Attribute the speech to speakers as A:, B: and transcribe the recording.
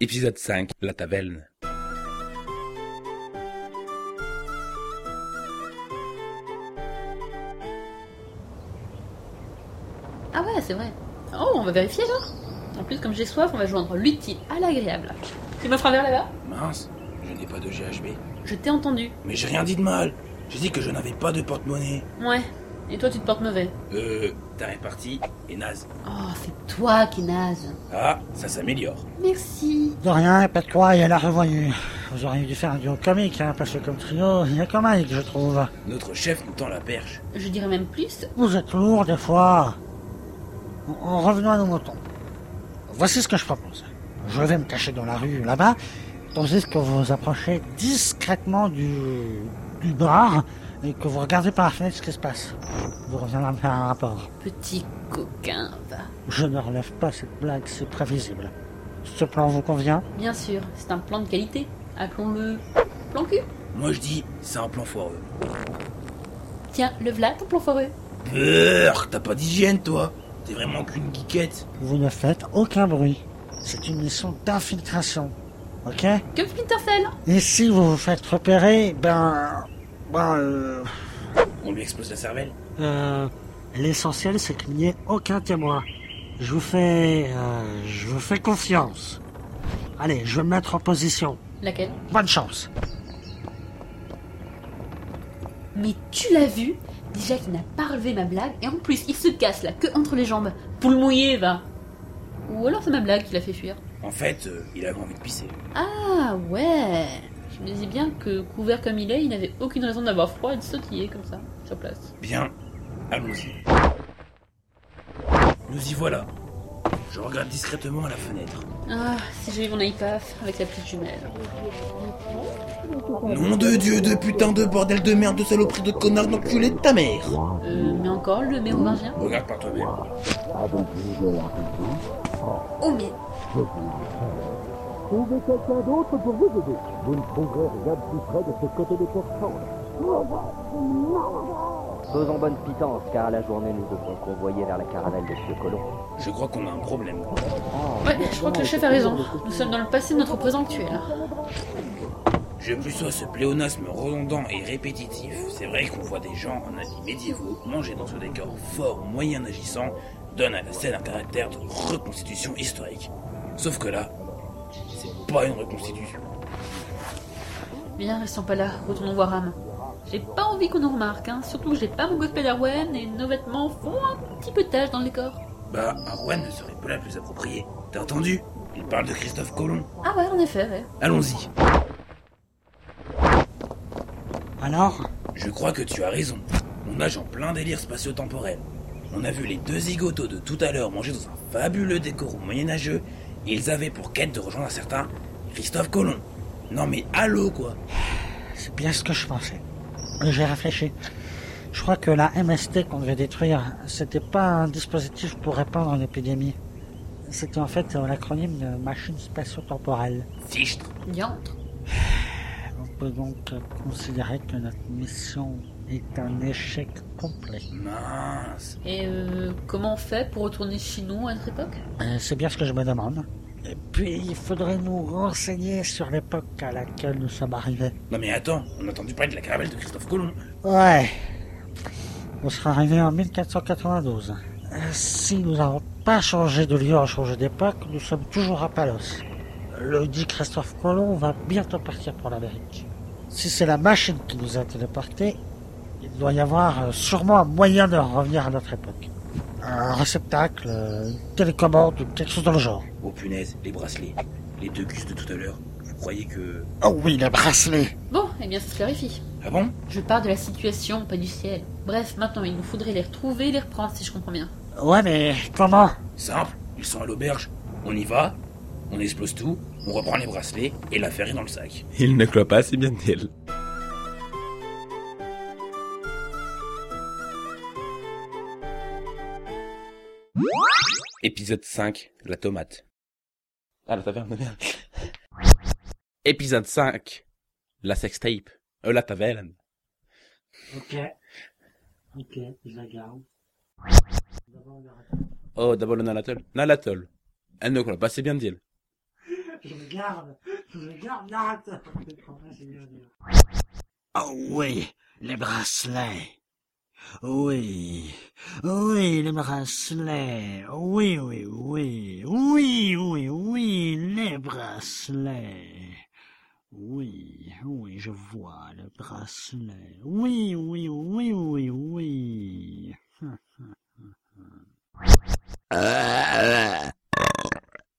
A: Épisode 5, la taverne.
B: Ah ouais, c'est vrai. Oh, on va vérifier là. En plus, comme j'ai soif, on va joindre l'utile à l'agréable. Tu m'offres un verre là-bas
C: Mince, je n'ai pas de GHB.
B: Je t'ai entendu.
C: Mais j'ai rien dit de mal. J'ai dit que je n'avais pas de porte-monnaie.
B: Ouais. Et toi, tu te portes mauvais.
C: Euh, ta répartie est naze.
B: Oh, c'est toi qui naze.
C: Ah, ça s'améliore.
B: Merci.
D: De rien, pas de quoi, et à la revoyure. Vous auriez dû faire un duo comique, hein, parce que comme trio, il y a quand même, je trouve.
C: Notre chef nous tend la perche.
B: Je dirais même plus.
D: Vous êtes lourd des fois. En- En revenant à nos moutons. Voici ce que je propose. Je vais me cacher dans la rue là-bas, tandis que vous vous approchez discrètement du, du bar et que vous regardez par la fenêtre ce qui se passe. Vous reviendrez me faire un rapport.
B: Petit coquin, va.
D: Je ne relève pas cette blague, c'est prévisible. Ce plan vous convient
B: Bien sûr, c'est un plan de qualité. Appelons-le. Plan cul.
C: Moi je dis, c'est un plan foireux.
B: Tiens, le v'là, ton plan foireux.
C: Beurre, t'as pas d'hygiène toi. T'es vraiment qu'une geekette.
D: Vous ne faites aucun bruit. C'est une mission d'infiltration. Ok
B: Comme Splinter Cell.
D: Et si vous vous faites repérer, ben. Ben. euh,
C: On lui explose la cervelle.
D: euh, L'essentiel, c'est qu'il n'y ait aucun témoin. Je vous fais. euh, je vous fais confiance. Allez, je vais me mettre en position.
B: Laquelle
D: Bonne chance.
B: Mais tu l'as vu Déjà qu'il n'a pas relevé ma blague, et en plus, il se casse la queue entre les jambes. Pour le mouiller, va. Ou alors c'est ma blague qui l'a fait fuir.
C: En fait, euh, il avait envie de pisser.
B: Ah ouais Je me disais bien que couvert comme il est, il n'avait aucune raison d'avoir froid et de sautiller comme ça, sur place.
C: Bien, allons-y. Nous y voilà. Je regarde discrètement à la fenêtre.
B: Ah, si j'ai eu mon iPaf avec la petite jumelle.
C: Nom de Dieu, de putain, de bordel, de merde, de saloperie, de connard, d'enculé de ta mère.
B: Euh, mais encore le mérovingien
C: Regarde par toi-même.
B: Oh mais
E: Trouvez quelqu'un d'autre pour vous aider. Vous ne trouverez rien de plus près de ce côté des portes
F: Faisons bonne pitance, car à la journée, nous devrons convoyer vers la caravelle de Monsieur Colomb.
C: Je crois qu'on a un problème.
B: Ouais, je crois que le chef a raison. Nous sommes dans le passé de notre présent actuel.
C: Je plus sois ce pléonasme redondant et répétitif. C'est vrai qu'on voit des gens en habits médiévaux manger dans ce décor fort, moyen agissant, donne à la scène un caractère de reconstitution historique. Sauf que là, c'est pas une reconstitution.
B: Bien, restons pas là, retournons voir Ram. J'ai pas envie qu'on nous remarque, hein. surtout que j'ai pas mon gospel d'Arwen et nos vêtements font un petit peu de tache dans le décor.
C: Bah, Arwen ne serait pas la plus appropriée. T'as entendu Il parle de Christophe Colomb.
B: Ah ouais, en effet, ouais.
C: Allons-y.
D: Alors
C: Je crois que tu as raison. On nage en plein délire spatio-temporel. On a vu les deux zigotos de tout à l'heure manger dans un fabuleux décor moyenâgeux. Ils avaient pour quête de rejoindre un certain Christophe Colomb. Non mais allô quoi
D: C'est bien ce que je pensais. J'ai réfléchi. Je crois que la MST qu'on devait détruire, c'était pas un dispositif pour répandre l'épidémie. C'était en fait euh, l'acronyme de machine spatio-temporelle.
C: Fichtre
B: Diantre.
D: On peut donc euh, considérer que notre mission est un échec complet.
C: Mince
B: Et euh, comment on fait pour retourner chez nous à notre époque
D: Euh, C'est bien ce que je me demande. Et puis, il faudrait nous renseigner sur l'époque à laquelle nous sommes arrivés.
C: Non mais attends, on a entendu parler de la caravelle de Christophe Colomb.
D: Ouais. On sera arrivé en 1492. Euh, Si nous n'avons pas changé de lieu en changé d'époque, nous sommes toujours à Palos. Le dit Christophe Colomb va bientôt partir pour l'Amérique. Si c'est la machine qui nous a téléportés, il doit y avoir euh, sûrement un moyen de revenir à notre époque. Un réceptacle, euh, une télécommande ou quelque chose dans le genre.
C: Oh punaise, les bracelets, les deux gus de tout à l'heure. Vous croyez que...
D: Oh oui, les bracelets
B: Bon, eh bien ça se clarifie.
C: Ah bon
B: Je pars de la situation, pas du ciel. Bref, maintenant il nous faudrait les retrouver, les reprendre si je comprends bien.
D: Ouais, mais comment
C: Simple, ils sont à l'auberge. On y va, on explose tout, on reprend les bracelets et l'affaire est dans le sac.
A: Il ne clope pas, c'est bien il. Épisode 5, la tomate. Ah, la taverne, merde. Épisode 5, la sextape. Euh, la taverne.
D: Ok. Ok, je la garde.
A: Oh, d'abord le Nalatol. Nalatol. Elle ne clope pas, c'est bien il.
G: Je le garde, je le garde, l'arrête C'est mieux à dire.
D: Oh oui, les bracelets. Oui, oui, les bracelets. Oui, oui, oui. Oui, oui, oui, les bracelets. Oui, oui, je vois le bracelet. Oui, oui, oui, oui, oui.
H: Ah